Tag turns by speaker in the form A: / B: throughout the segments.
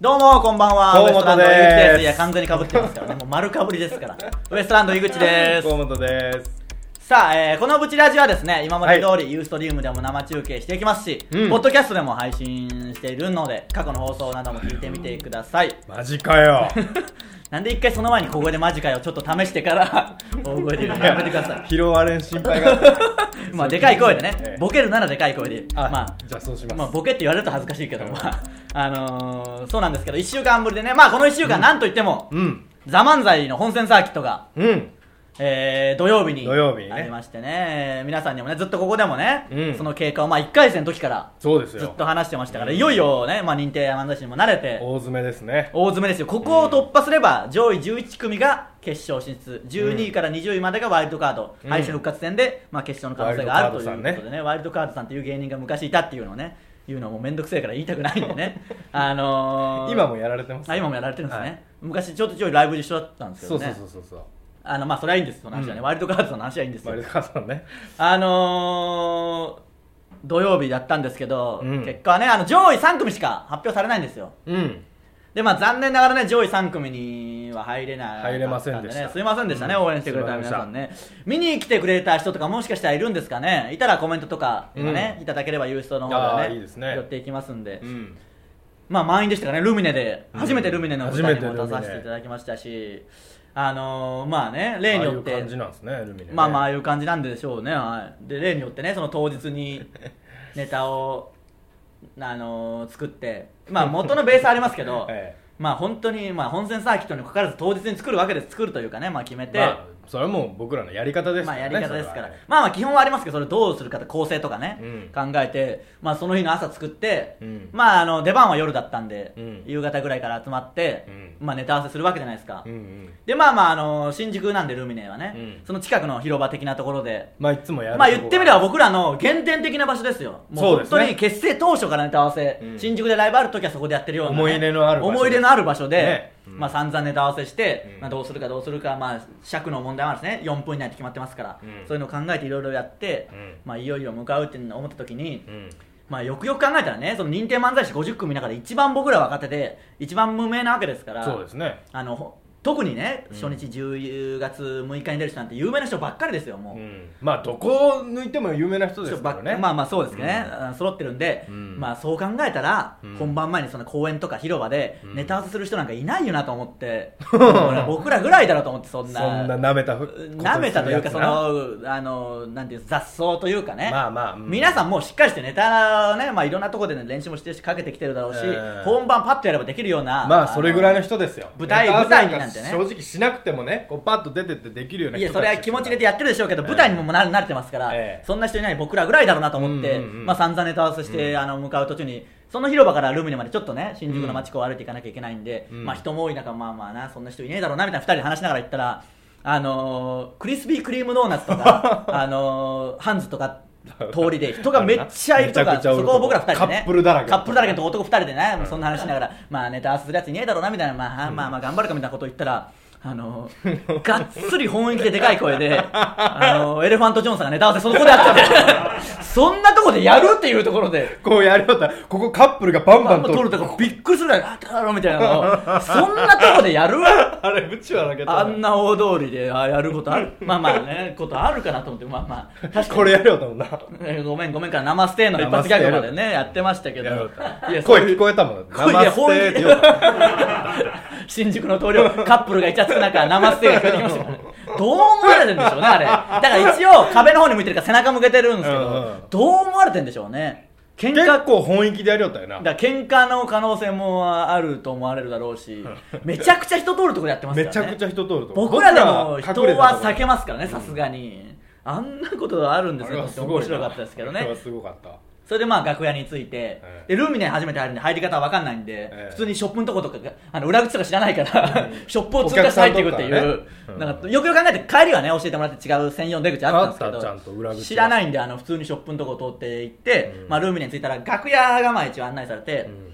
A: どうもこんばんはウエ
B: 河
A: ストラン
B: 本
A: ド
B: で
A: 井
B: す
A: 口ですいや完全にかぶってますからねもう丸かぶりですからウエストランド井口です
B: 河本です。
A: さあ、えーこのブチラジはですね、今まで通りユーストリームでも生中継していきますし、
B: うん
A: ポッドキャストでも配信しているので、過去の放送なども聞いてみてください。
B: マジ かよ。
A: なんで一回その前に小声でマジかよ、ちょっと試して から、大声で言うのやめてください。
B: 拾われん心配 があった。
A: まあ、でかい声で
B: え
A: ね
B: え、
A: ボケるならでかい声で、
B: あ、
A: まあ、
B: じゃあそうし
A: まあ、
B: ます。
A: ボケって言われると恥ずかしいけど、まあ、あのー、そうなんですけど、1週間ぶりでね、まあ、この1週間、なんといっても、
B: うん。
A: ザ・漫才の本戦サーキットが、
B: うん。
A: えー土曜日に
B: 土曜日にね
A: ありましてね皆さんにもねずっとここでもね、
B: うん
A: その経過を、まあ、1回戦の時から
B: そうです
A: ずっ
B: よ
A: と。話してましたから、いよいよね、まあ、認定漫才師にも慣れて
B: 大詰めですね。
A: 大詰めですよここを突破すれば上位11組が決勝進出12位から20位までがワイルドカード、
B: うん
A: 敗者復活戦で、まあ、決勝の可能性があるということ
B: ワイルドカード
A: でねワイルドカードさんっていう芸人が昔いたっていうのをね言うのも面倒くせえから言いたくないんで ねあのー、
B: 今もやられてます。
A: あ今もやられてるんですね、
B: はい
A: 昔ちょっとちょいライブで一緒だったんですけ
B: そ
A: ど
B: う
A: ね
B: そうそうそうそう。
A: あのまあそれはいいんですその話はね、
B: うん
A: ワイルドカードさんの話はいいんです
B: マ
A: よ
B: リカさんね。
A: あのー、土曜日だったんですけど、
B: うん
A: 結果はねあの上位3組しか発表されないんですよ
B: うん。
A: でまあ残念ながらね上位3組には入れない
B: 入れませんでした
A: すいませんでしたね、
B: うん
A: 応援してくれた皆さんね見に来てくれた人とかもしかしたらいるんですかねいたらコメントとか今ね、
B: う
A: いただければ優勝の方
B: あ
A: で
B: ー
A: ね
B: いいですね
A: 寄っていきますんで、
B: うん。
A: まあ満員でしたからねルミネで
B: うん
A: 初めてルミネの舞台にも
B: 初めてル
A: 出
B: ミネ
A: させていただきましたしあのー、まあね
B: ああ
A: 例に
B: い
A: よっ
B: う
A: て
B: 感じなんですね、ルミネね。
A: まあまあああいう感じなんでしょうね、はい、で例によってねその当日 にネタを、あのー作ってまあ元のベースありますけ ど、
B: え
A: まあ本当にまあ本戦サーキットにもかかわらず当日に作るわけです作るというかねまあ決め
B: え
A: て、
B: まあそれはもう僕らのやり方です
A: ま
B: か
A: あ
B: ら
A: や
B: ね。
A: り方ですから、
B: それはね
A: まあまあ基本はありますけどそれをどうするかと構成とかね、
B: う
A: 考えて、まあ、その日の朝作って、
B: うん
A: まああの出番は夜だったんで、
B: うん
A: 夕方ぐらいから集まって、
B: うん
A: まあネタ合わせするわけじゃないですか、
B: うんうん。
A: でまあまあ、あのー新宿なんでルミネはね、
B: うん
A: その近くの広場的なところで
B: まあいつもやるとこ
A: まあ
B: が。
A: 言ってみれば僕らの原点的な場所ですよもう
B: そうで
A: 本
B: すね
A: 当に結成当初からネタ合わせ、
B: うん
A: 新宿でライブある時はそこでやってるようなね、
B: 思い入れのある場所
A: 思い入れのある場所で、
B: ねうん
A: まあ散々ネタ合わせして、
B: うん
A: まあ、どうするかどうするか、まあ、尺の問題もあるんですね4分以内って決まってますから、
B: うん
A: そういうのを考えていろいろやって、
B: うん
A: まあ、いよいよ向かうって思った時に、
B: うん。
A: まあ、よくよく考えたらねその認定漫才師50組の中で一番僕ら若手で一番無名なわけですから
B: そうですね。
A: あのほ特にね
B: うん
A: 初日10月6日に出る人なんて有名な人ばっかりですよもう、
B: うん。まあどこを抜いても有名な人ですからね。
A: まあまあそうですね、
B: うん
A: あの揃ってるんで、
B: うん
A: まあそう考えたら、
B: うん
A: 本番前にその公園とか広場で
B: うん
A: ネタ合わせする人なんかいないよなと思 って、ほら僕らぐらいだろうと思ってそんな
B: そんな舐めたふ
A: 舐めたというか
B: こと
A: そ
B: するやつな
A: のあのなんていう雑草というかね、
B: まあまあうん
A: 皆さんもうしっかりしてネタをね、まあ、いろんなところで、ね、練習もしてるしかけてきてるだろうし、
B: ええ
A: 本番パッとやればできるような
B: まあそれぐらいの
A: 人
B: 人ですよ
A: 舞台
B: ネタ合わせ
A: 舞台になんてね
B: 正直しなくてもねこうパッと出てってできるようない人
A: やそれは気持ち入れてやってるでしょうけど、
B: ええ
A: 舞台にももう慣れ慣れてますから、
B: ええ
A: そんな人いない僕らぐらいだろうなと思って、
B: うんうんうん
A: まあ、散々ネタ合わせして、あの向かう途中にその広場からルミネまでちょっとね新宿の街を歩いていかなきゃいけないんで、
B: うん
A: まあ、人も多い中まあまあなそんな人いねえだろうなみたいな2人で話しながら行ったら、あのークリスピークリームドーナツと か、あのーハンズとか通りで人がめっちゃいると
B: めちゃ
A: か
B: くちゃお
A: そ
B: るとこ
A: こを僕ら2人でね
B: カップルだらけ
A: カップルだらけのとこ男2人でね、そんな話しながらまあネタ合わせするやついねえだろうなみたいな、まあ、まあまあ頑張るかみたいなこと言ったらあのがっつり本気ででかい声であのエレファント・ジョンさんがネタ合わせそこでやっててそんなとこでやるっていうところで
B: こうやるようなここカップルがバンバン
A: 撮
B: 撮
A: る
B: る
A: とかびっくりするぐらいあだろみたいなのそんなとこでやる
B: あれうちはだけ
A: あんな大通りであやることあるまあまあねことあるかなと思ってまあまあ確かに
B: これやるようだもんな
A: えー ごめんごめんから生ステイの一発ギャグまでねやってましたけど
B: やろう
A: いやそう
B: 声
A: いう
B: 聞こえたもんだって
A: 声いや
B: 生ステーって言おうと
A: 新宿の通りをカップルがイチャつく中生ステーが聞こえてきましたからね どう思われてるんでしょうねあれだから一応壁の方に向いてるから背中向けてるんですけど、
B: うんうん
A: どう思われてるんでしょうね喧嘩
B: 結構本気でやるようだよな
A: だから喧嘩の可能性もあると思われるだろうしめちゃくちゃ人通るところでやってます
B: め
A: か
B: ちゃ
A: らね
B: くちゃ人通ると
A: 僕らでも人は避け
B: ま
A: ますからねさすがにあんなことあるんですよって面白かったですけどね
B: それはすごかった
A: それでまあ楽屋に着いて、
B: ええ
A: でルミネ初めて入るんで入り方は分かんないんで、
B: ええ
A: 普通にショップのとことかあの裏口とか知らないから、
B: うん
A: ショップを通過して入っていくってい
B: お客さん
A: う
B: と、かね
A: なんかよくよく考えて帰りはね教えてもらって違う専用の出口あったんです
B: あったちゃん
A: け
B: と裏
A: ど
B: 口が
A: 知らないんであの普通にショップのとこを通って行って、
B: うん
A: まあ、ルミネに着いたら楽屋がまあ一応案内されて、
B: うん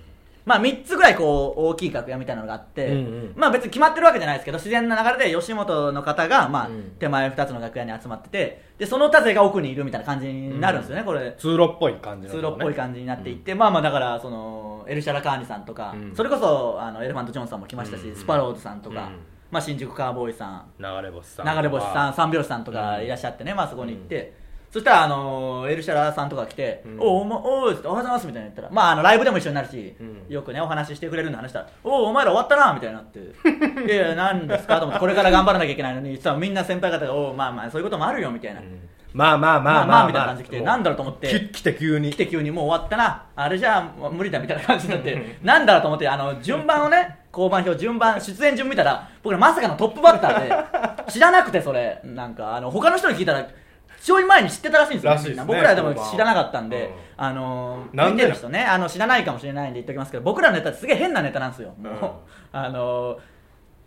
A: まあ、3つぐらいこう大きい楽屋みたいなのがあって、
B: うんうん
A: まあ、別に決まってるわけじゃないですけど自然な流れで吉本の方が、まあ
B: うん
A: 手前2つの楽屋に集まっててでその他勢が奥にいるみたいな感じになるんですよね、これ
B: 通路っぽい感じの
A: 通
B: と
A: 路
B: こね
A: っぽい感じになっていって、まあまあだからそののエルシャラカーニさんとか、
B: うん
A: それこそあのエレファント・ジョンさんも来ましたし、
B: うん
A: スパローズさんとか、
B: うん
A: まあ、新宿カーボーイさん
B: 流れ星さん
A: 流れ星さん三拍子さんとか
B: うん
A: いらっしゃってね、まあ、そこに行って、そしたら、あのーエルシャラさんとか来て「
B: うん
A: おうおまおうおはようございます」みたいな言ったら、まあ、あのライブでも一緒になるし、
B: うん
A: よくねお話ししてくれるんで話したら「おうお前ら終わったな」みたいになって「いやいや何ですか?」と思ってこれから頑張らなきゃいけないのに実はみんな先輩方が「おうまあまあそういうこともあるよ」みたいな、
B: うんまあま
A: ま
B: あま
A: あ
B: あ
A: まあみたいな感じで来て、なんだ
B: ろ
A: ろうと思って
B: 来て急に
A: 来て急にもう終わったなあれじゃあ無理だみたいな感じになってなんだろうと思ってあの順番をね交番表順番出演順見たら僕らまさかのトップバッターで知らなくてそれなんかあの他の人に聞いたらちょい前に知ってたらしいんですよ、
B: らしいですね
A: みんな僕らでも
B: 交番
A: 知らなかったんで、
B: うん
A: あのー
B: なん
A: 見
B: で
A: てる人ねあの知らないかもしれないんで言っておきますけど僕らのネタってすげえ変なネタなんですよ、もう
B: うん
A: あのー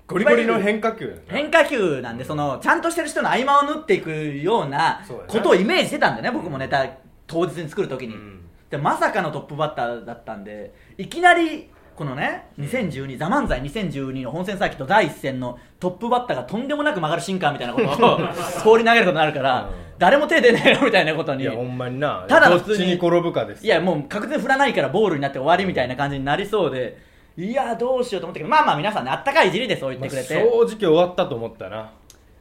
B: ゴリゴリの変化球やな
A: 変化球なんでそのちゃんとしてる人の合間を縫っていくような
B: そうだね
A: ことをイメージしてたんでね僕もネタ当日に作るときに、
B: うん
A: でまさかのトップバッターだったんでいきなりこのね2012「ザ漫才2012」の本戦サーキット第1戦のトップバッターがとんでもなく曲がるシンカーみたいなこと を放り投げることになるから、
B: うん
A: 誰も手出ねえよみたいなこと
B: い
A: に
B: やほんまにな
A: ただ
B: ど
A: の
B: っちに転ぶかです
A: いやもう確実に振らないからボールになって終わりみたいな感じになりそうでいやどうしようと思ったけどまあまあ皆さんねあったかいいじりでそう言っ
B: ま
A: て
B: あ
A: くれて、
B: 正直終わったと思ったな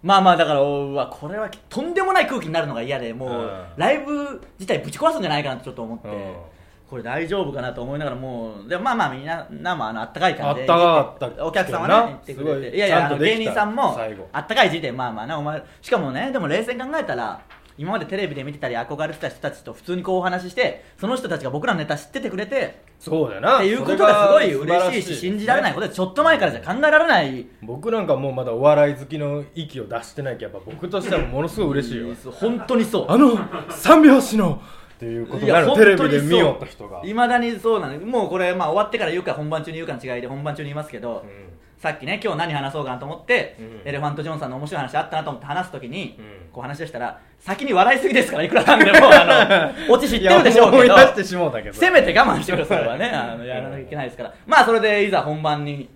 A: まあまあだからおうわこれはとんでもない空気になるのが嫌でもう、
B: うん
A: ライブ自体ぶち壊すんじゃないかなとちょっと思って、
B: うん
A: これ大丈夫かなと思いながらもうでまあまあみんななもあのあったかい感じで
B: あったかかった
A: お客さんはね言っ
B: け
A: て
B: ど
A: く
B: な
A: れ
B: す
A: てい
B: ごい
A: やいや
B: ちゃんと
A: あの芸
B: でき
A: 人
B: た
A: さんも
B: 最後
A: あったかい時点まあまあねお前しかもねでも冷静に考えたら今までテレビで見てたり憧れてた人たちと普通にこうお話ししてその人たちが僕らのネタ知っててくれて
B: そうだな
A: っていうことがすごい嬉しいし
B: それが素晴ですね
A: 信じられないことでちょっと前からじゃ考えられない
B: 僕なんかもうまだお笑い好きの息を出してないけどやっぱ僕としてはものすごい嬉しいよ
A: 本当にそう
B: あの三拍子のっていうことになるテレビで見よった人が
A: いまだにそうなのもうこれ、まあ、終わってから言うか本番中に言うかの違いで本番中に言いますけど、
B: う
A: さっきね今日何話そうかなと思って、
B: うん
A: エレファント・ジョンさんの面白い話あったなと思って話す時に、
B: うん
A: こう話をしたら先に笑いすぎですからいくらなんでもあのオチ知っ
B: ん
A: てるでしょう
B: い
A: けど
B: や思い出してしもうたけど
A: せめて我慢してくださいはねあのやらなきゃいけないですからまあそれでいざ本番に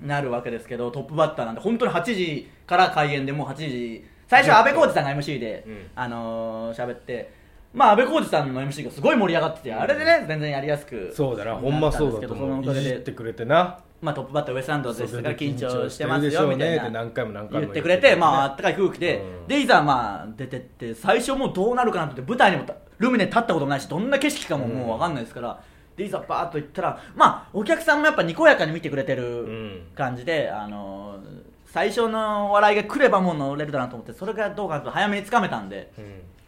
A: なるわけですけどトップバッターなんで本当に8時から開演でもう8時最初は安倍浩二さんが MC で、
B: うん
A: あのー喋ってまあ安倍浩二さんの MC がすごい盛り上がっててあれでね全然やりやすく
B: そうだなほんまそうだと
A: な
B: 思
A: ったん
B: う
A: です
B: いじ
A: けどそのお
B: っ
A: かげ
B: て
A: で、
B: くれてな
A: まあ、トップバッターウエストランドですから緊張してます
B: そ
A: よ
B: れ
A: み
B: で緊張してるでしょう
A: たい
B: ねっ
A: な
B: て何回も何回も
A: 言ってくれてまああったかい空気で
B: うん
A: でいざまあ出てって最初もうどうなるかなと思って舞台にもたルミネ立ったこともないしどんな景色かももう分かんないですからでいざバーッと行ったらまあお客さんもやっぱにこやかに見てくれて
B: う
A: る
B: ん
A: 感じであのー最初のお笑いが来ればもう乗れるだなと思ってそれがどうかなと早めにつかめたんで
B: うん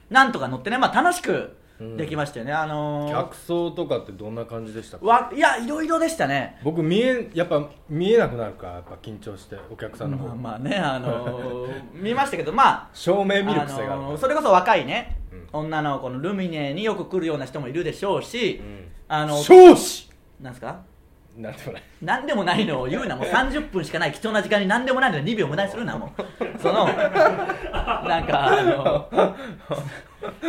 A: なんとか乗ってねまあ楽しくできましたよねあのー
B: 客層とかってどんな感じでしたか
A: わいやいろいろでしたね
B: 僕見えやっぱ見えなくなるからやっぱ緊張してお客さんの方
A: まあまあね、あのー見ましたけど、まあ、
B: 正
A: あ
B: 面見る癖がある
A: のーそれこそ若いね、
B: うん
A: 女の子のルミネによく来るような人もいるでしょうし、
B: うん
A: あの
B: 少子
A: なんすか
B: なんてもない
A: 何でもないのを言う なもう30分しかない貴重な時間に何でもないのに2秒無駄にするなもうそのなんかあの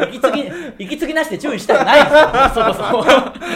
A: 息継ぎ息継ぎなしで注意したくないですよそこそこ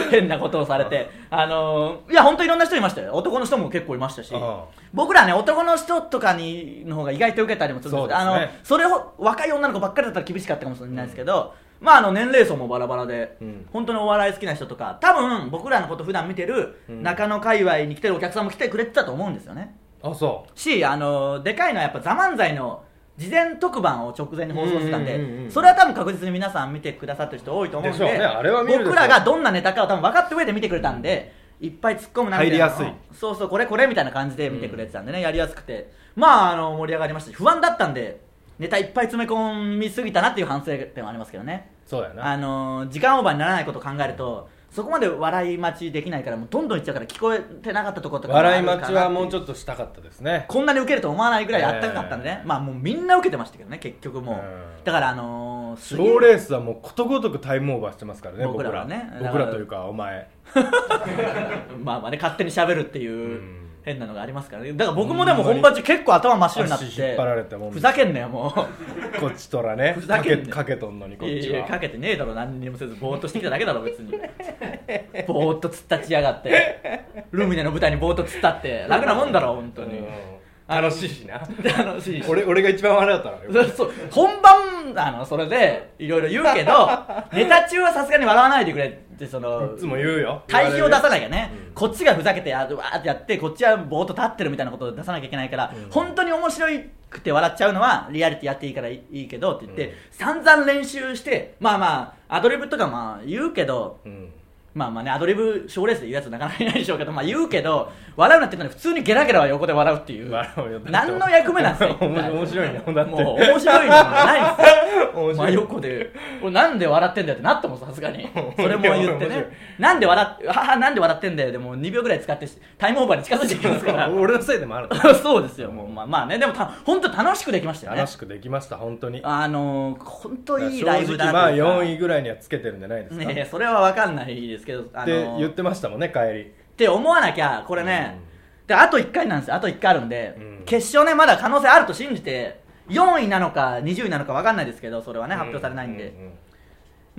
A: 変なことをされてあのいや本当いろんな人いましたよ男の人も結構いましたし
B: ああ
A: 僕らね男の人とかにの方が意外と受けたりもするんですけど
B: そうです
A: あの
B: ね
A: それを若い女の子ばっかりだったら厳しかったかもしれないですけど、まああの年齢層もバラバラで、
B: うん
A: 本当にお笑い好きな人とか多分僕らのこと普段見てる
B: うん
A: 中野界隈に来てるお客さんも来てくれてたと思うんですよね
B: あそ
A: しあのでかいのはやっぱ「ザ漫才の事前特番を直前に放送してたんで、
B: うんうんうんうん
A: それは多分確実に皆さん見てくださってる人多いと思うんで
B: でしょうねあれは見るでしょう
A: 僕らがどんなネタかを多分分かった上で見てくれたんで、いっぱい突っ込むなみたいなのを
B: 入りや
A: そうそうこれこれみたいな感じで見てくれてたんでね、やりやすくてまああの盛り上がりましたし不安だったんでネタいっぱい詰め込みすぎたなっていう反省点はありますけどね
B: うそうやな
A: あの時間オーバーにならないことを考えるとそこまで笑い待ちできないからもうどんどんいっちゃうから聞こえてなかったところとかもある
B: 笑い
A: かなって
B: 待ちはもうちょっとしたかったですね
A: こんなに受けると思わないぐらいあったかかったんでね、
B: ええ
A: まあもうみんな受けてましたけどね結局もう、
B: うん
A: だからあのー、
B: 賞
A: 杉
B: レースはもうことごとくタイムオーバーしてますからね
A: 僕
B: 僕
A: らは
B: ら
A: ね
B: 僕らというかお前
A: まあまあね勝手に喋るっていううん変なのがありますからねだから僕もでも本番中結構頭真っ白になって
B: 足引っ張られてもう
A: ふざけんなよも
B: こっちとらね
A: ふざけんな
B: かけかけとんのに
A: う
B: こっ
A: いやい
B: ち
A: やか
B: は
A: けてねえだろ何にもせずぼーっとしてきただけだろ別にぼーっと突っ立ちやがってルミネの舞台にぼーっと突っ立って楽なもんだろ本当に
B: うん楽しいしな
A: 楽しいし
B: 俺俺が一番笑うたらよ
A: そうそう本番んあのそれでいろいろ言うけ どネタ中はさすがに笑わないでくれってその
B: いつも言うよ
A: 対比を出さ
B: い
A: なきゃね、こっちがふざけてあわーってやってこっちはぼーっと立ってるみたいなことを出さなきゃいけないから、
B: うん
A: 本当に面白くて笑っちゃうのはリアリティやっていいからいいいけどって言って、
B: うん
A: 散々練習してまあまあアドリブとかまあ言うけど
B: うん
A: まあまあねアドリブ賞レースで言うやつなかなかいないでしょうけどまあ言うけど笑うなって言ったら普通にゲラゲラは横で笑うっていう
B: 笑うよだって
A: 何の役目なんですか
B: 面白い 面白いねだって
A: もう面白いのないんですよ
B: 面
A: 真横で俺なんで笑ってんだよってなったもんさすがにそれも言って
B: 面白い
A: ねなんで笑ってははなんで笑ってんだよでも2秒ぐらい使ってタイムオーバーに近づいてきますか
B: 俺のせいでもある
A: ら そうですよもうまあまあねでもた本当楽しくできましたよね
B: 楽しくできました本当に
A: あのー本当いいライブだ
B: 正直まあ
A: というか
B: 4位ぐらいにはつけてるんじゃないですか、
A: ねえそれは分かんないですけどあ
B: っ
A: の
B: て
A: ー
B: 言ってましたもんね帰り
A: って思わなきゃこれね、であと1回なんですよあと1回あるんで、
B: うん
A: 決勝ねまだ可能性あると信じて4位なのか20位なのか分かんないですけどそれはね発表されないんで、
B: うううん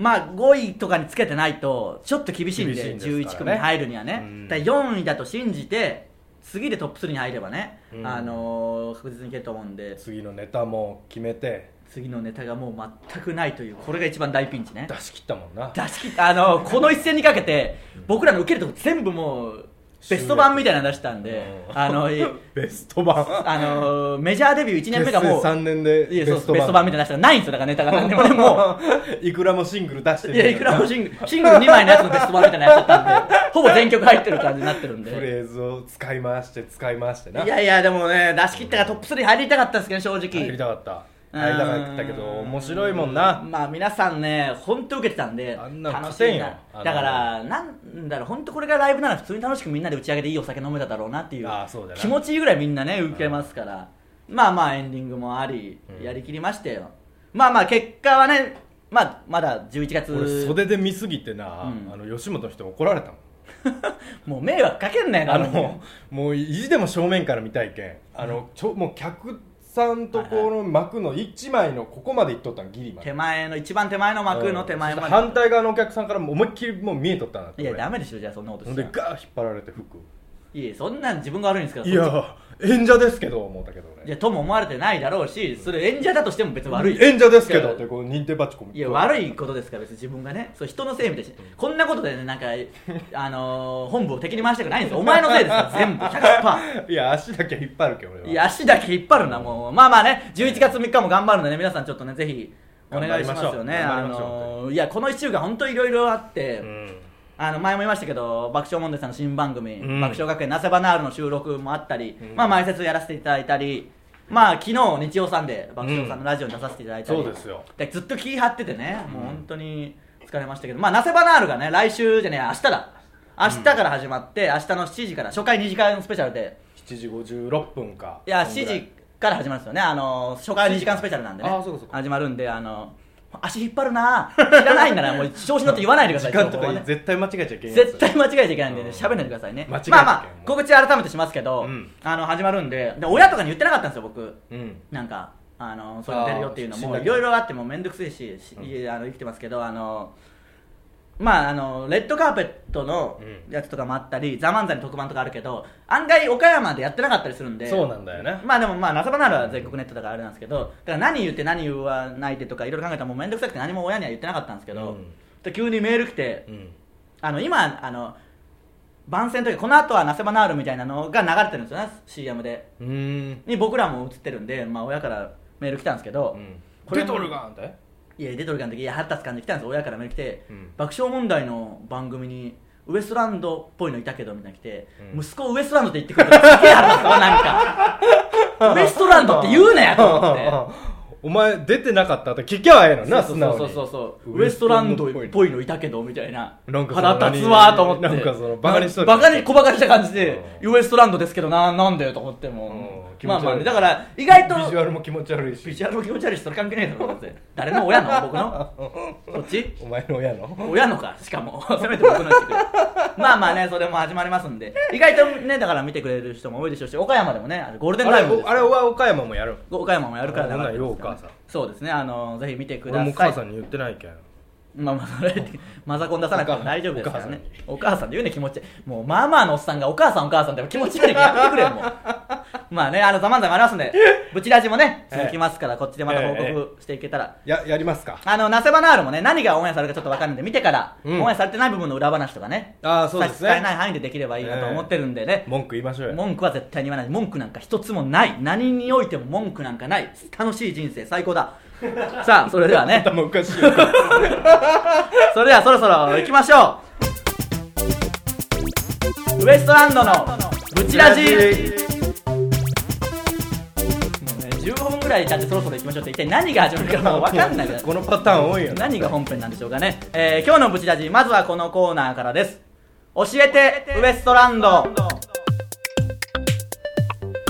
A: まあ5位とかにつけてないとちょっと厳しいんで
B: 厳しいんですか
A: 11組
B: らね
A: に入るにはね、
B: うん
A: だ4位だと信じて次でトップ3に入ればね、
B: うん
A: あのー確実にいけると思うんで
B: 次のネタも決めて
A: 次のネタがもう全くないというこれが一番大ピンチね
B: 出し切ったもんな
A: 出し切ったあのーこの一戦にかけて僕らの受けるとこ全部もうベスト版みたいなの出したんで、
B: うん
A: あのー
B: ベスト版
A: あのーメジャーデビュー1年目がもう
B: 3年で
A: いやそうベスト版みたいなの出したらないんですよだからネタが何でもねもう
B: いくらもシングル出して
A: いやいくらもシ
B: ン
A: ングルシングル2枚のやつのベスト版みたいなのやっちゃったん でほぼ全曲入ってる感じになってるん
B: フ
A: で
B: レーズを使い回して使い回してない
A: やいやでもね出し切ったからトップ3入りたかったですけど正直
B: 入りたかった
A: うん
B: 入りたかったけど面白いもんな
A: まあ皆さんね本当受けてたんで
B: あんなの
A: 楽し
B: 勝て
A: い
B: んよ
A: なだからなんだろう本当これがライブなら普通に楽しくみんなで打ち上げでいいお酒飲めただろうなっていう
B: あーそうだな
A: 気持ちいいぐらいみんなね受けますからまあまあエンディングもあり
B: うん
A: やりきりましたよまあまあ結果はねまあまだ11月
B: 俺袖で見すぎてな、
A: うん
B: あの吉本の人怒られたもん
A: もう迷惑かけんなよ
B: あのもう意地でも正面から見たいけんあのちょもう客さんとこの幕の1枚のここまでいっとったんギリまで
A: 手前の一番手前の幕の手前ま
B: うん
A: で、
B: 反対側のお客さんからもう思いっきりもう見えとったんだって
A: いや
B: 俺
A: ダメでしょじゃあそんなこと
B: ほん
A: し
B: で
A: たら
B: ガーッ引っ張られて服
A: いやそんなん自分が悪いんですから
B: いや演者ですけど思ったけど
A: そっちい
B: 俺
A: やとも思われてないだろうしそれ演者だとしても別に悪い
B: 演者ですけどっ
A: い
B: て
A: や
B: こう認定バッチコ
A: いや
B: い
A: 悪いことですから別に自分がねそう人のせいみたいしこんなことでねなんかあのー本部を敵に回したくないんですよお前のせいです から全部100%
B: いや足だけ引っ張るけん俺はい
A: や足だけ引っ張るなもうまあまあね11月3日も頑張るんでね皆さんちょっとねぜひお願いしますよね
B: 頑張
A: あ
B: りましょう頑張りましょう
A: のーいやこの1週間本当いろいろあって、
B: うん
A: あの前も言いましたけど爆笑問題さんの新番組、
B: うん
A: 爆笑学園なせばなーるの収録もあったり、
B: うん
A: まあ前説やらせていただいたりまあ昨日日曜さんで爆笑さんのラジオに出させていただいたり、
B: そうですよ
A: でずっと気張っててねもう本当に疲れましたけどまあなせばなーるがね来週じゃねえ明日だ明日から始まって、明日の7時から初回2時間スペシャルで
B: 7時56分か
A: いや
B: そんぐ
A: 7
B: ら
A: 時から始まるんですよねあの初回2時間スペシャルなんでね
B: あーそうかそうか
A: 始まるんであの足引っ張るなー知らないならもう調子乗って言わないでください
B: 時間
A: 情
B: と
A: 報は
B: か
A: ね
B: 絶対間違えちゃいけないやつ
A: 絶対間違えちゃいけないんでね
B: うん
A: 喋、んないでくださいね
B: 間違えちゃいけな
A: まあ
B: い
A: まあ告知改めてしますけど、
B: うん
A: あの始まるんでで親とかに言ってなかったんですよ僕
B: うん
A: なんかあのそういうの出るよっていうの
B: あー
A: も
B: 死んだ
A: いろいろあってもう面倒くせえし、し
B: うん
A: いやあの生きてますけどあのまああのレッドカーペットのやつとかもあったり「ザ・漫才」の特番とかあるけど案外岡山でやってなかったりするんで
B: そうなんだよね
A: まあでもまあなさばなら全国ネットだからあれなんですけどだから何言って何言わないでとかいろいろ考えたらもう面倒くさくて何も親には言ってなかったんですけど、
B: うん
A: で急にメール来て、
B: うん
A: あの今あの番宣というかこの後はなせばなーるみたいなのが流れてるんですよね CM で
B: うーん
A: に僕らも映ってるんで、まあ、親からメール来たんですけど、これ
B: 出
A: も
B: とるがんって
A: いや出とるかの時いや腹立つ感じで来たんです親からメール来て、
B: うん
A: 爆笑問題の番組にウエストランドっぽいのいたけどみたいな来て、
B: うん
A: 息子をウエストランドって言ってくるとすげえ腹立つわ なんかウエストランドって言うなやと思って。
B: お前出てなかったって聞きゃええのな
A: そ
B: 素
A: う
B: 直に
A: そうそうそうウエストランドっぽいのいたけどみたいな
B: なんかその
A: 腹立つわーと思って
B: なんかそのバカにしとる
A: バカに小バカにした感じで
B: う
A: ウエストランドですけどななんだよと思っても
B: う
A: う
B: ん
A: まあまあね
B: 気持ち悪い
A: だから意外と
B: ビジュアルも気持ち悪いし
A: ビジュアルも気持ち悪いしそれ関係ねえだろだって誰の親の僕 のこっち
B: お前の親の
A: 親のかしかもせめて僕のしてくれまあまあねそれも始まりますんで意外とねだから見てくれる人も多いでしょうし岡山でもねあのゴールデン
B: あ
A: ライ
B: れ
A: ブです
B: おあれは岡山もやる
A: 岡山もやるから
B: あれ
A: 流れて
B: ほなよ
A: ますか
B: お母さん
A: らそうですねあのぜひ見てくだ
B: 俺
A: さい
B: も母さんに言ってないけん
A: まあまあそれマザコン出さなくても大丈夫ですからねお母さんで言うね気持ちもうまあまあのおっさんがお母さんお母さんでも気持ち悪いからやめてくれよもうまあね、あの、ざまんざもありますんで、ブチラジもね、
B: ええ
A: 続きますから、こっちでまた報告していけたら。
B: ややりますか
A: あの、ナセバナールもね、何がオンエアされるかちょっとわかんないんで、見てから、
B: うん
A: オンエアされてない部分の裏話とかね、
B: あーそうですね
A: 差し支えない範囲でできればいいなと思ってるんでね、
B: 文句言いましょうよ
A: 文句は絶対に言わない。文句なんか一つもない。何においても文句なんかない。楽しい人生、最高だ。さあ、それではね、
B: 頭おかしいよ
A: それではそろそろ行きましょう。ウエストランドのブチラジもうね15分ぐらい経ってそろそろ行きましょうって一体何が始まるかもう分かんないぐらい
B: このパターン多いよね
A: 何が本編なんでしょうかね、えー今日のブチラジまずはこのコーナーからです教えてウエストランド、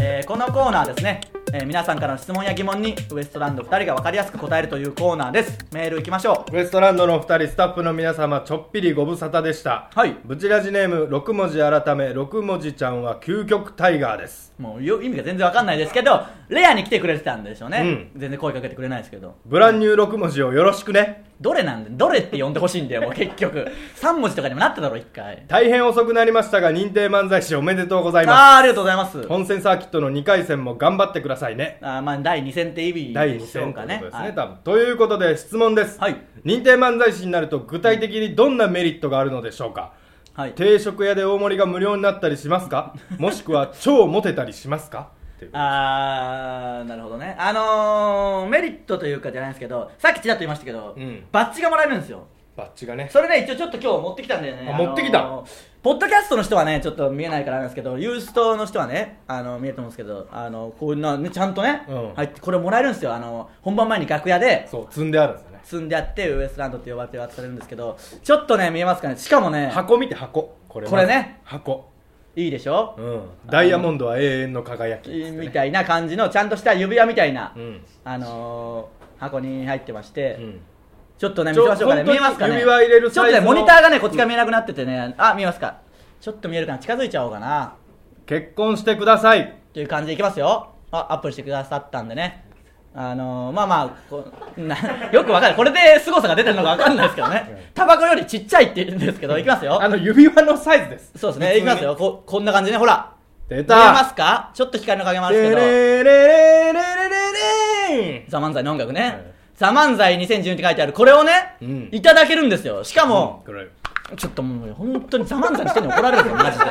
A: えーこのコーナーですね、えー皆さんからの質問や疑問にウエストランド2人が分かりやすく答えるというコーナーですメールいきましょ
B: ウエストランドのお二人スタッフの皆様ちょっぴりご無沙汰でした
A: はい
B: ブチラジネーム6文字改め6文字ちゃんは究極タイガーです
A: うもうよ意味が全然分かんないですけどレアに来てくれてたんでしょうね、
B: う
A: 全然声かけてくれないですけど
B: ブランニュー6文字をよろしくね
A: どれなんでどれって呼んでほしいんだよもう結局3文字とかにもなっただろ1回
B: 大変遅くなりましたが認定漫才師おめでとうございます
A: ああーありがとうございます
B: 本戦サーキットの2回戦も頑張ってくださいね
A: あーまあ第2戦って意味
B: 第2
A: でしょ
B: 戦
A: う
B: と
A: か
B: いう
A: ね
B: ことですね、
A: はい
B: 多分ということで質問です、
A: はい
B: 認定漫才師になると具体的にどんなメリットがあるのでしょうか
A: はい
B: 定食屋で大盛りが無料になったりしま すかもしくは超モテたりしますかっていう
A: あーなるほどねあのー、メリットというかじゃないんですけどさっきちらっと言いましたけど、
B: うん
A: バッジがもらえるんですよ
B: バッジがね
A: それね一応ちょっと今日持ってきたんだよね
B: あ
A: あのー
B: 持ってきた
A: ポッドキャストの人はねちょっと見えないからなんですけどユーストの人はねあの見えると思うんですけどあのこういうのはねちゃんとね、
B: うん
A: 入ってこれもらえるんですよあの本番前に楽屋で
B: そう積んであるんですよね
A: 積んであってウエストランドって呼ばれて渡されるんですけどちょっとね見えますかねしかもね
B: 箱見て箱これ
A: これね
B: まず箱、
A: いいでしょ、
B: うん、ダイヤモンドは永遠の輝きですね、
A: みたいな感じのちゃんとした指輪みたいな、
B: うん
A: あのー箱に入ってまして、
B: うん
A: ちょっとね見
B: ちょ
A: せましょうかね
B: 本当
A: 見
B: に
A: えますかね
B: 指輪入れる
A: ちょっ
B: サイ
A: と
B: ズ
A: ね
B: の
A: モニターがねこっちが見えなくなっててねあ見えますかちょっと見えるかな近づいちゃおうかな
B: 結婚してください
A: という感じでいきますよあアップしてくださったんでねあのーまあまあこな よくわかるこれで凄さが出てるのかわかんないですけどねタバコよりちっちゃいって言うんですけどいきますよ
B: あの指輪のサイズです
A: そうですねいきますよここんな感じねほら
B: 出
A: 見えま
B: た
A: すかちょっと光の影もあるん
B: レ
A: ですけど
B: レレレレレレン
A: ザ・漫才の音楽ね、
B: はい
A: ザ・漫才2012って書いてあるこれをね、
B: うん
A: いただけるんですよしかも、
B: これ
A: ちょっともう本当にザ・漫才の人に怒られるぞマ ジで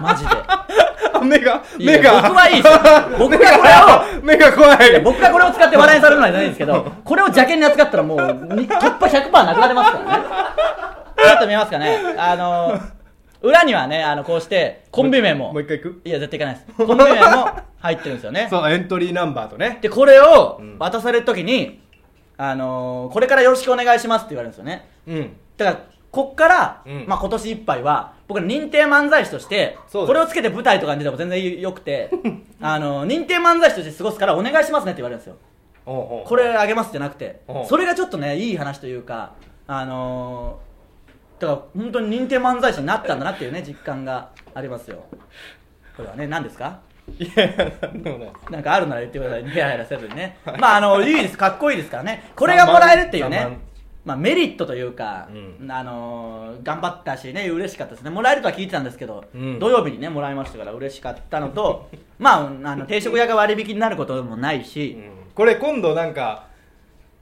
A: マジで
B: あ目が
A: いや
B: 目が
A: 僕はいいですよ僕がこれ
B: れを 目が怖い
A: をいや僕がこれを使って笑いにされるのはじゃないんですけどこれを邪険に扱ったらもうに突破100%なくなりますからねちょっと見えますかねあの裏にはねあのこうしてコンビ名も
B: もう一回いく
A: いや絶対いかないですコンビ名も入ってるんですよね
B: そうエントリーナンバーとね
A: でこれを渡されるときに、あのーこれからよろしくお願いしますって言われるんですよね
B: うん
A: だからこっから、
B: うん
A: まあ、今年いっぱいは僕ら認定漫才師として
B: そうです
A: これをつけて舞台とかに出ても全然よく てあのー認定漫才師として過ごすからお願いしますねって言われるんですよ
B: おうおう
A: これあげますじゃなくて
B: おう
A: それがちょっとねいい話というかあのーだから本当に認定漫才師になったんだなって いうね実感がありますよこれはね何ですか
B: いやいやなんでもない
A: なんかあるなら言ってください ね。ヘラヘラせずにね。まあ、あの、いいです。かっこいいですからね。これがもらえるっていう
B: 三
A: ね
B: 万。
A: まあ、メリットというか、
B: う
A: あのー頑張ったしね、嬉しかったですね。もらえるとは聞いてたんですけど、
B: うん
A: 土曜日にね、もらいましたから嬉しかったの と、まあ、あの定食屋が割引になることもないし、
B: これ今度なんか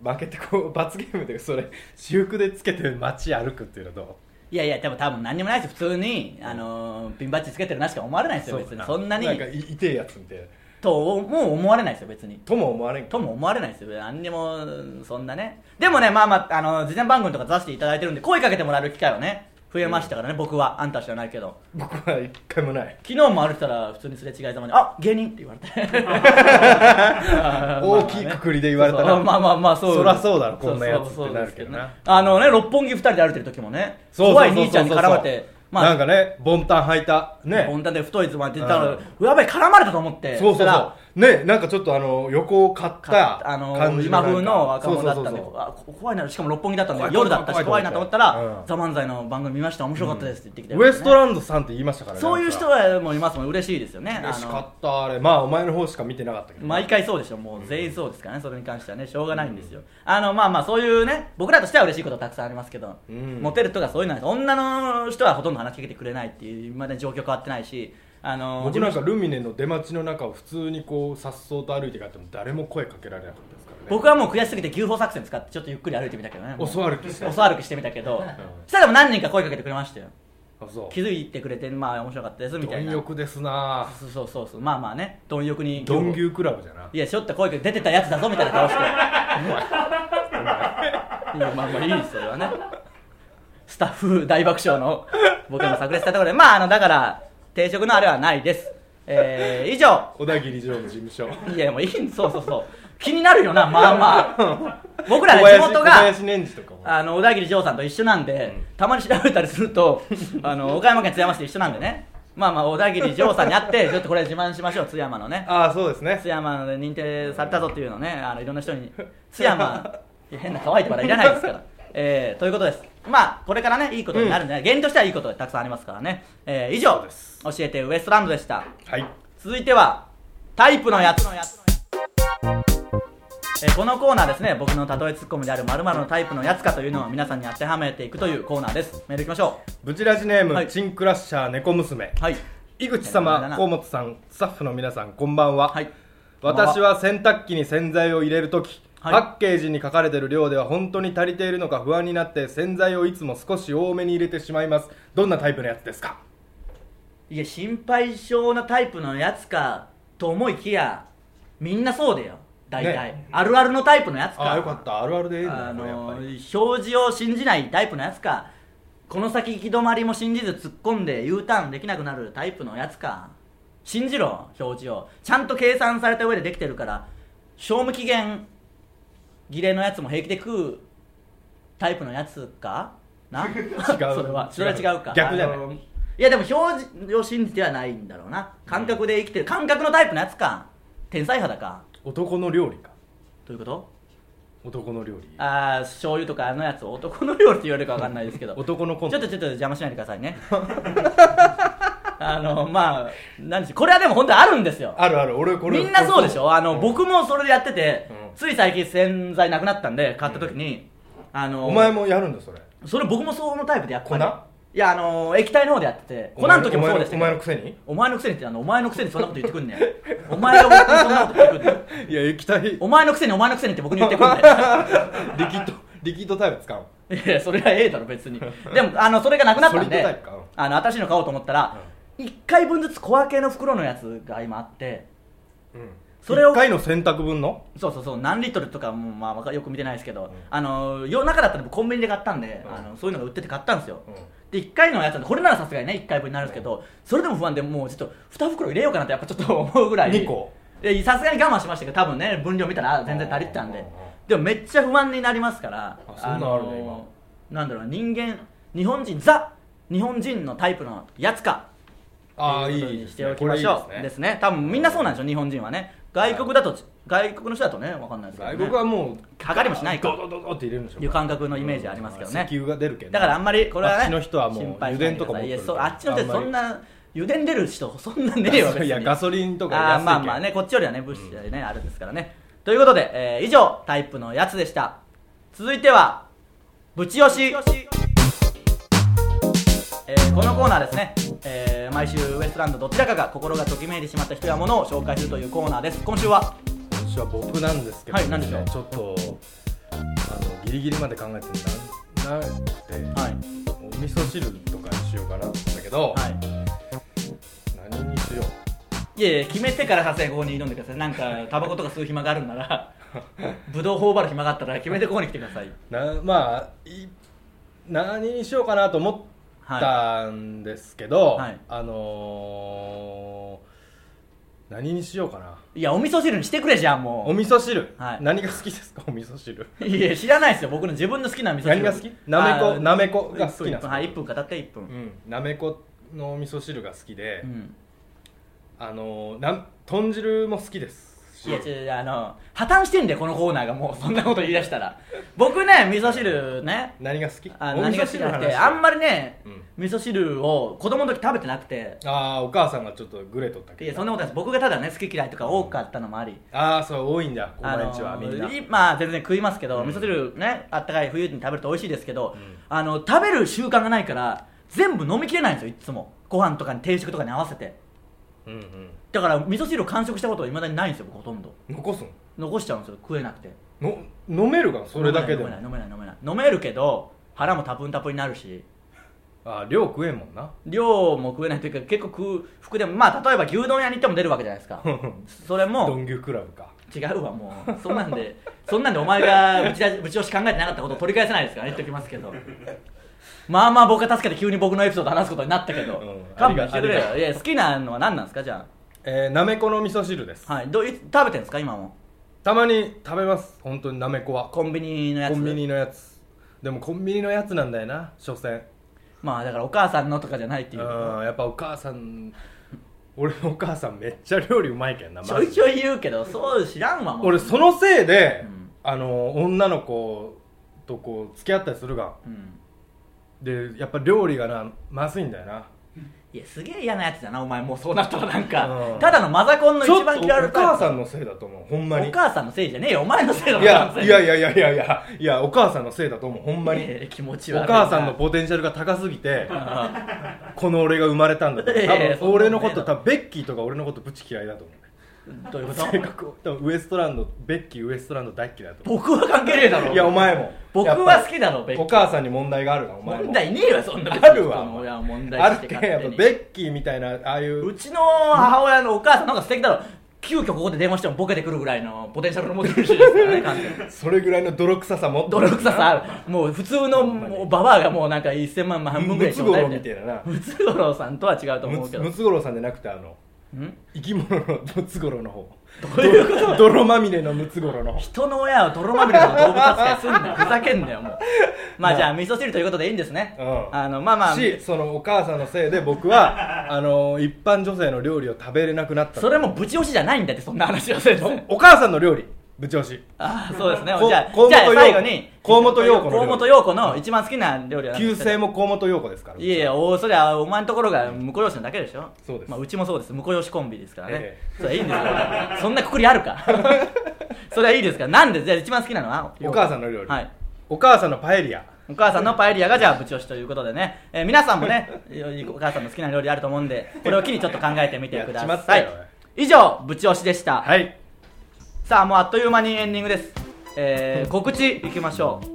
B: 負けてこう罰ゲームでそれ私服でつけて街歩くっていうのど
A: いやいや、でも多分何にもないです。普通に、あのーピンバッジつけてるなしか思われないで
B: う
A: すよ、別に。そんなに
B: なん、かい痛えやつみたいな
A: と、もう思われないですよ、別に。
B: とも思われん
A: とも思われないですよ何にもそんなねでもねまあまああの事前番組とか出させていただいてるんで声かけてもらえる機会はね増えましたからね、僕はあんたは知らないけど
B: 僕は一回もない
A: 昨日も歩いてたら普通にすれ違いざまに「あ芸人」って言われて
B: 大きいくくりで言われたら
A: そうそうまあまあまあそう
B: そらそうだろ
A: そ
B: こんなやつ
A: そうそう
B: ってなるけどな
A: そうですあのね六本木二人で歩いてる時もね
B: そうそう
A: 怖い
B: そうそう
A: 兄ちゃんに絡まれてまあ
B: なんかねボンタン履いたね
A: ボンタンで太いズボンって言ったら、
B: う
A: やばい絡まれたと思って
B: そう
A: し
B: そ
A: た
B: う
A: ら
B: そうねなんかちょっとあの横を買った
A: かあの
B: 感じ
A: 今
B: なんか
A: 風の若者だったんで
B: そうそうそう
A: あこ怖いなしかも六本木だったんで
B: 怖い怖
A: 夜
B: い
A: だったし
B: 怖
A: 怖
B: い怖い
A: いなと思ったら
B: うん
A: 「ザ漫才の番組見ました面白かったです」って言ってきて、
B: ウエストランドさんって言いましたからね
A: そういう人はもういますもん嬉しいですよね
B: 嬉し
A: あ
B: か
A: の
B: ったあれまあお前の方しか見てなかったけど
A: 毎回そうでしょもう全員そうですからねそれに関してはねしょうがないんですよ、あのまあまあそういうね僕らとしては嬉しいことたくさんありますけど、
B: うん
A: モテるとかそういうのは女の人はほとんど話しかけてくれないっていう今まで状況変わってないしあの
B: 僕なんかルミネの出待ちの中を普通にこう颯爽と歩いて帰っても誰も声かけられなかったですからね
A: 僕はもう悔しすぎて牛歩作戦使ってちょっとゆっくり歩いてみたけどねもう
B: 遅歩きして
A: 遅歩きしてみたけどしたらでも何人か声かけてくれましたよ
B: あそう
A: 気づいてくれてまあ面白かったですみたい
B: 貪
A: な
B: 欲ですな
A: そうそうそうそうまあまあね貪欲に
B: ドン牛クラブじゃない
A: やちょっと声かけて出てたやつだぞみたいな顔していやまあまあいいですそれはねスタッフ大爆笑の僕の炸裂したところでまああのだから定食のあれはないですえー、以上
B: 小田切城の事務所
A: いやもういいそうそうそう気になるよなまあまあ僕らね地
B: 小林
A: 元
B: 小
A: が
B: 林年次とかも
A: あの小田切丈さんと一緒なんで、たまに調べたりする とあの岡山県津山市で一緒なんでねまあまあ小田切丈さんに会ってちょっとこれ自慢しましょう津山のね
B: ああそうですね
A: 津山で認定されたぞっていうのをねあのいろんな人に津山いや変な可愛いとかいらないですから、えー、ということですまあこれからねいいことになるんで、原因としてはいいことがたくさんありますからね、えー以上
B: です
A: 教えてウエストランドでした
B: はい
A: 続いてはタイプのやつえーこのコーナーですね僕の例えツッコミである〇〇のタイプのやつかというのを皆さんに当てはめていくというコーナーですメールいきましょ
B: ブチラジネーム、
A: はい
B: チンクラッシャー猫娘
A: うはい
B: 井口
A: いや
B: 様
A: だな
B: 河本さんスタッフの皆さんこんばんは、
A: はい
B: 私は洗濯機に洗剤を入れるとき、
A: はい
B: パッケージに書かれてる量では本当に足りているのか不安になって洗剤をいつも少し多めに入れてしまいますどんなタイプのやつですか
A: いや心配性なタイプのやつかと思いきやみんなそうだよ大体、
B: ね
A: あるあるのタイプのやつか
B: たあるあるで
A: あの
B: やっぱり
A: 表示を信じないタイプのやつかこの先行き止まりも信じず突っ込んで U ターンできなくなるタイプのやつか信じろ表示をちゃんと計算された上でできてるから賞味期限儀礼のやつも平気で食うタイプのやつか な違うそれはそれは違うか
B: 逆じゃない
A: あのいやでも表示を信じてはないんだろうな感覚で生きてる感覚のタイプのやつか天才派だか
B: 男の料理か
A: ということ
B: 男の料理
A: あー醤油とかあのやつ男の料理って言われるか分かんないですけどちょっ
B: 男のコ
A: と
B: ン
A: ちょ
B: ト
A: っと邪魔しないでくださいねあのまあ何でしょうこれはでも本当にあるんですよ
B: あるある俺これ
A: みんなそうでしょあの、
B: うん
A: 僕もそれでやってて、
B: うん
A: つい最近洗剤なくなったんで買った時に、あの
B: お前もやるんだそれ
A: それ僕もそのタイプでやっぱり
B: 粉
A: いやあの液体の方でやってて粉の時もそうでしたけど
B: お前のお前のくせに
A: お前のくせにってあのお前のくせにそんなこと言ってくんねん お前が僕にそんなこと言ってくんねん
B: いや液体
A: お前のくせにお前のくせにって僕に言ってくんねん
B: リキッドリキッドタイプ使う
A: いやそれはええだろ 別にでもあのそれがなくなったん
B: ソリッドタイ
A: で
B: プかうん
A: あの新しいの買おうと思ったら、一1回分ずつ小分けの袋のやつが今あって
B: うん
A: それを
B: 1回の洗濯分の
A: そうそうそう何リットルとかも、まあわか、よく見てないですけど、
B: ん
A: あの夜中だったら僕コンビニで買ったんで、
B: うん
A: あのそういうのが売ってて買ったんですよ、
B: うん
A: で1回のやつなんでこれならさすがにね1回分になるんですけど、それでも不安でもうちょっと2袋入れようかなってやっぱちょっと思うぐらい
B: 2個
A: でさすがに我慢しましたけど多分ね分量見たらあ全然足りてたん
B: う
A: で
B: んうんうん
A: でもめっちゃ不安になりますから
B: あそんなんあるね
A: のーなんだろうな人間日本人ザ日本人のタイプのやつか
B: ああ
A: と
B: い
A: いうこと
B: い
A: に
B: で
A: し
B: す
A: てお
B: ね
A: き
B: これ
A: ま
B: いい
A: しょうですね多分みんなそうなんでしょ日本人はね外国だと外国の人だとねわかんないですけど、
B: 外
A: ね、
B: 国はもう
A: かかりもしないか
B: ドドドドって入れるんでしょ
A: いう感覚のイメージありますけどね
B: 石油が出るけど
A: だからあんまりこれはね
B: あっちの人はもう
A: 心配しないでくださいい
B: 油田とか持ってる
A: やそうあっちの人
B: あんま
A: そ
B: り
A: んな油田出る人そんなねえよ別に
B: いやガソリンとか
A: あ
B: 安
A: ー
B: いけど
A: まあまあねこっちよりはね物資はね、あるんですからねということで、えー以上タイプのやつでした続いてはぶち押しえーこのコーナーですね、えー毎週ウエストランドどちらかが心がときめいてしまった人や物を紹介するというコーナーです今週は
B: 今週は僕なんですけど、
A: はい何でしょう
B: ちょっとあのギリギリまで考えてなんなくて、
A: はい
B: お味噌汁とかにしようかなと思ったけど、
A: は
B: 何にしよ
A: いいやいや決めてからさすがにここに挑んでくださいなん かタバコとか吸う暇があるんならブドウ頬張る暇があったら決めてここに来てくださいう
B: なまあい何にしようかなと思ったんですけど、
A: はい
B: あのー何にしようかない
A: やお味噌汁にしてくれじゃんもう
B: お味噌汁、
A: はい
B: 何が好きですかお味噌汁
A: いや知らないですよ僕の自分の好きな味噌汁
B: 何が好きなめこ
A: あー
B: なめこが好
A: 一分一
B: きなんで
A: 分
B: すか
A: はい1分語って1分、
B: うんなめこのお味噌汁が好きで、
A: うん
B: あのーなん豚汁も好きですし
A: いや違うあの破綻してんだよこのコーナーがもうそんなこと言い出したら僕ね味噌汁ね
B: 何が好き
A: あ
B: お
A: 何
B: 味
A: が
B: 噌
A: 好き
B: 汁
A: じゃ
B: の
A: な
B: 話
A: くてあんまりね、
B: う
A: 味噌汁を子供の時食べてなくて
B: ああお母さんがちょっとグレとった
A: い
B: けど
A: やそんなことないです僕がただね好き嫌いとか多かったのもあり、
B: ああそう多いんだこ
A: あ
B: の
A: の
B: んちはみんな、
A: まあ全然食いますけど、
B: うん
A: 味噌汁ねあったかい冬に食べると美味しいですけど、
B: うん
A: あの食べる習慣がないから全部飲みきれないんですよいつもご飯とかに定食とかに合わせて
B: うんうん
A: だから味噌汁を完食したことはいまだにないんですよ僕ほとんど
B: 残すん
A: 残しちゃうんですよ食えなくて
B: の飲めるがそれだけで
A: 飲
B: も
A: めない飲めない飲めない飲めるけど腹もタプンタプンになるし
B: あ量食えんもんな
A: 量も食えないというか結構食う服でもまあ例えば牛丼屋に行っても出るわけじゃない ですかそれ
B: ド
A: も
B: ン牛クラブか
A: 違うわもうそんなんで そんなんでお前がぶち出しぶち押し考えてなかったことを取り返せないですから言っときますけどまあまあ僕が助けて急に僕のエピソード話すことになったけど、
B: うん
A: 勘弁してくれ
B: ありが
A: よいや好きなのは何なんですかじゃ
B: えー、なめこの味噌汁です
A: あはいどうい食べてんですか今も
B: たまに食べます本当になめこは
A: コンビニのやつ
B: コンビニのやつでもコンビニのやつなんだよな所詮
A: まあだからお母さんのとかじゃないって
B: う
A: い
B: ん
A: う
B: やっぱお母さん俺のお母さんめっちゃ料理うまいけんな
A: ちょいち
B: ょい
A: ょい言うけどそう知らんわもう
B: 俺そのせいで、
A: うん
B: あの女の子とこう付き合ったりするが
A: うん
B: でやっぱ料理がなまずいんだよない
A: やすげえ嫌なやつだなお前もうそうなったらなんか、
B: うん
A: ただのマザコンの
B: ちょ
A: 一
B: っと
A: 番
B: お
A: 嫌われる
B: 母さ
A: ん
B: んのせいだと思うほんまに
A: お母さんのせいじゃねえよお前のせいだ
B: いやいや
A: い
B: いやいやいやいやいやお母さんのせいだと思うほんまに
A: 気持ち
B: お
A: 悪いな
B: 母さんのポテンシャルが高すぎて
A: ああ
B: この俺が生まれたんだと思う
A: いやいや
B: 多分俺のこ
A: そ
B: と
A: んな
B: 多分ベッキーとか俺のことブチ嫌いだと思う
A: どういうこ
B: 性
A: と
B: 格を多分ウエストランドベッキーウエストランド大っ嫌いだと思
A: 僕は関係ねえだろ
B: ういやお前も
A: 僕
B: やっぱ
A: は
B: り
A: 好きだろベッキー
B: お母さんに問題があるなお前も
A: 問題ねえわそんな
B: あるわ
A: 俺は問題
B: あ
A: して
B: るけんやっ
A: 勝
B: ぱ
A: 手に
B: ベッキーみたいなああいうう
A: ちの母親のお母さんの方が素敵だろ急遽ここで電話してもボケてくるぐらいのポテンシャルの持ってる人ですからね完全に
B: それぐらいの泥臭さ持って
A: 泥臭さあるもう普通のもうババアがもうなんか1000万半分ぐら
B: ム
A: い
B: ツゴロウみ
A: み
B: た
A: た
B: い
A: い
B: なな
A: ムツゴロウさんとは違うと思
B: ム
A: うけ
B: ツ
A: ど
B: ムツゴロウさんじゃなくてあの
A: ん
B: 生き物のムツゴロウの方
A: どういうこと
B: ど泥まみれのムツゴロウの方
A: 人の親を泥まみれの動物扱いすんなよふざけんなよもうまあじゃあ味噌汁ということでいいんですね、
B: うん
A: あのまあまあ
B: しそのお母さんのせいで僕はあの一般女性の料理を食べれなくなった
A: それもぶち押しじゃないんだってそんな話はせず
B: お母さんの料理部長し
A: ああそうですね
B: こ
A: じゃ
B: 河
A: あ
B: 本
A: じゃあ
B: 陽子
A: 最後に
B: 河本陽子の料理
A: 河本陽子の一番好きな料理は何で
B: 旧
A: すか
B: 姓も河本陽子ですから
A: いやいやおそりゃお前のところが婿養子なだけでしょ
B: そうです
A: まあ、うちもそうです婿養子コンビですからね、
B: え
A: それはいいんですよそんなくくりある かそれはいいですからなんでじゃあ一番好きなのは
B: お母さんの料理、
A: はい
B: お母さんのパエリア
A: お母さんのパエリアがじゃあ部長しということでね、えー皆さんもねお母さんの好きな料理あると思うんでこれを機にちょっと考えてみてく
B: やっち
A: だ
B: まった
A: さい
B: よ
A: 以上部長しでした、
B: はい
A: さあもうあっという間にエンディングです、えー告知いきましょう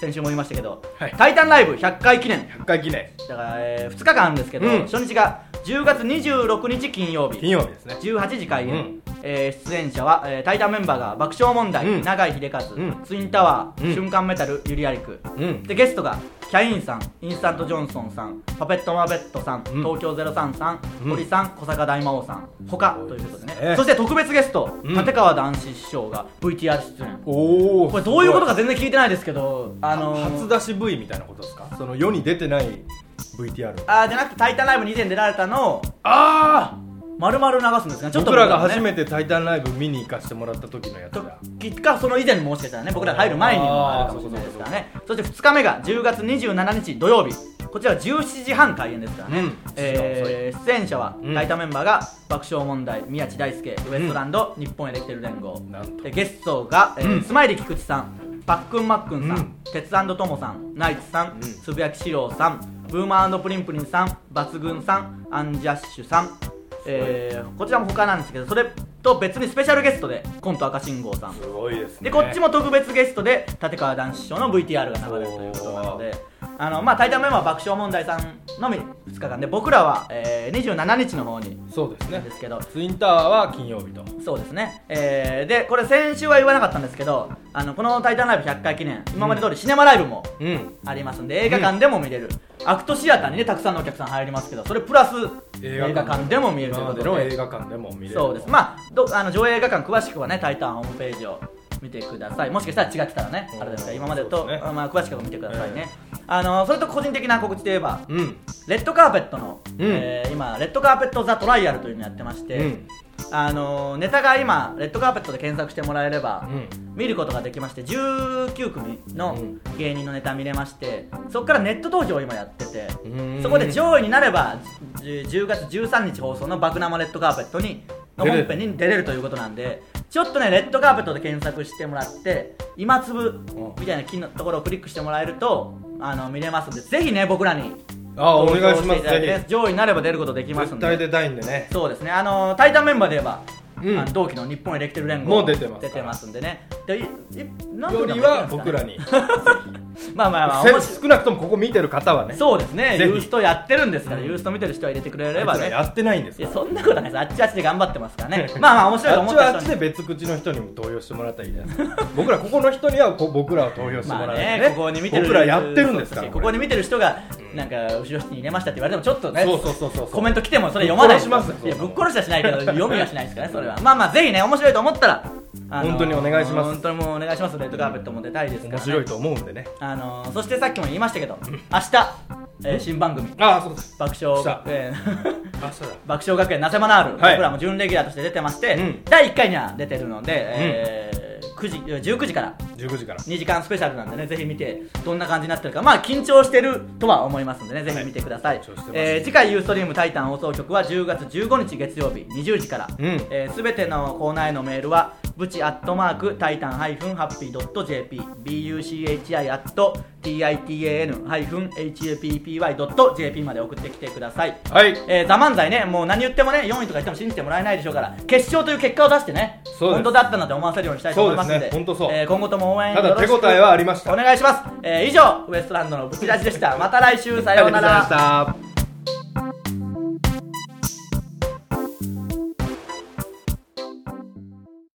A: 先週も言いましたけど「
B: はい
A: タイタンライブ100回記念」
B: 100回記念
A: だから、えー2日間あるんですけど、
B: うん
A: 初日が10月26日金曜日
B: 金曜日ですね
A: 18時開演、
B: うん
A: えー出演者は、えー、タイタンメンバーが爆笑問題、
B: うん
A: 永井秀和、
B: うん
A: ツインタワー、
B: うん
A: 瞬間メタルゆりやりく
B: うん
A: でゲストがキャインさんインスタントジョンソンさんパペットマーベットさん、
B: うん
A: 東京03さん、
B: うん
A: 堀さん小坂大魔王さん他
B: すご
A: と
B: い
A: いうことでね
B: ですね
A: そして特別ゲスト、
B: うん
A: 立川談志師匠が VTR 出演
B: おお
A: これどういうことか全然聞いてないですけどあのー
B: 初出し V みたいなことですかその世に出てない VTR
A: あーじゃなくて「タイタンライブ」に以前出られたのを
B: ああ
A: 丸々流すんですがちょっと
B: 僕らが初め
A: て
B: て「タイタンライブ」見に行かせてもらった時のやつだ
A: 時かその以前にもしかしたらね僕らが入る前にもあるかもしれないですからねそして2日目が10月27日土曜日こちらは17時半開演ですからね、
B: うん
A: えー出演者は
B: うん
A: 大タメンバーが爆笑問題宮地大輔ウエストランド、日本エレキテル連合
B: なんと
A: でゲストが、えー
B: うん
A: スマイル菊池さんパックンマックンさん、
B: うん
A: 鉄アンドトモさんナイツさん、
B: うん
A: つぶやきしろうさんブーマープリンプリンさん抜群さんアンジャッシュさん、えーこちらも他なんですけどそれと別にスペシャルゲストでコント赤信号さん
B: すごいです
A: でこっちも特別ゲストで立川談志師匠の VTR が流れるということなのであのまあ対談メンバーは爆笑問題さんのみ2日間で僕らは、えー、27日の方に
B: そうですね
A: ですけど
B: ツインタワーは金曜日と
A: そうですね、えーでこれ先週は言わなかったんですけどあのこの「タイタンライブ100回記念」今まで通りシネマライブも
B: うん
A: ありますんで映画館でも見れる、アクトシアターにねたくさんのお客さん入りますけどそれプラス映画館でも見えるという
B: 今
A: こ
B: ま
A: と
B: で
A: で
B: の映画館でも見れる
A: そうですまあどあの上映映画館詳しくはね「タイタン」ホームページを見てくださいもしかしたら違ってたらね
B: うん
A: あれですから今までと
B: そうですね
A: あまあ、詳しくは見てくださいね、あのそれと個人的な告知といえば
B: うん
A: レッドカーペットの、
B: うん
A: えー今レッドカーペット・ザ・トライアルというのをやってまして、
B: うん
A: あのネタが今レッドカーペットで検索してもらえれば、
B: うん
A: 見ることができまして19組の
B: うん
A: 芸人のネタ見れましてそこからネット投票を今やってて、
B: うん
A: そこで上位になればじゅ10月13日放送の「バクナマレッドカーペットに」の
B: 出れ
A: 本
B: る
A: 編に出れるということなんでちょっとねレッドカーペットで検索してもらって今粒みたいな機能ところをクリックしてもらえるとあの見れますんでぜひね僕らに
B: あお願いし
A: 投
B: ま
A: 票
B: す
A: てただけ
B: ぜ
A: です上位になれば出ることでき
B: ひ
A: ますん
B: 絶
A: で
B: 対出たいんでね
A: そうですね、あのタイタンメンバーで言えば、
B: うん
A: あの同期の日本エレキテル連合
B: もう出てます
A: 出てますんでね、でいい何
B: よ
A: 分で
B: り
A: も
B: は僕ら
A: 出て
B: に
A: ますかね、 まあまあまあ、
B: せ
A: 面白い
B: 少なくともここ見てる方はね
A: そうですね、
B: ぜひ
A: ユーストやってるんですから、ユースト見てる人は入れてくれれ
B: あ
A: ば
B: いつら
A: ね、
B: やってないんです
A: い
B: か
A: や
B: ら
A: そんなことないです、あっちあっちで頑張ってますから ね、まあまあ、面白いと
B: あっ
A: 思
B: ち
A: った
B: は
A: 人
B: あっ
A: に
B: ちで別口の人にも投票してもらったらいいじ ゃないですか僕らここの人にはこう僕らを投票して
A: ま
B: もら
A: あ
B: わな
A: ね
B: いと、ね
A: ここに見てる
B: 僕らやってるんですから
A: ここに
B: れ
A: 見てる人がなんか後ろ室に入れましたって言われてもちょっとね
B: そうそうそうそう
A: コメント来てもそれ読まない
B: ぶっ殺します
A: い
B: よ
A: やぶっ殺しはしないけど読みはしないですからねそれはまあまあぜひね面白いと思ったらあの
B: 本当にお願いします
A: 本当にもうお願いしますレッドカーペットも出たいですから、ね、
B: 面白いと思うんでね
A: あのそしてさっきも言いましたけ ど明日、えー新番組
B: ああそうです
A: 爆笑学園
B: あそうだ
A: 爆笑学園なせまなーる、
B: はい
A: 僕らも準レギュラーとして出てまして、
B: うん
A: 第1回には出てるので、えー9時19時から
B: 19時から
A: 2時間スペシャルなんでねぜひ見てどんな感じになってるかまあ緊張してるとは思いますんでねぜひ見てください、
B: 緊張してます
A: えー次回ユーストリームタイタン放送局は10月15日月曜日20時から、
B: うん
A: えーすべてのコーナーへのメールはブチアットマークタイタンハイフンハッピードット JP buchi アット titan ハイフン happy ドット JP まで送ってきてください
B: はい
A: えー、ザ・漫才ね、もう何言ってもね、4位とか言っても信じてもらえないでしょうから、決勝という結果を出してね、
B: そうです
A: 本当だったなって思わせるようにしたいと思いますので、
B: そうですね本当そう
A: えー今後とも応援
B: ただ
A: よろしく
B: 手応えはありました
A: お願いします。えー以上、ウエストランドのブチラジでした。また来週、さような
B: ありがと
A: ら
B: うござい。ました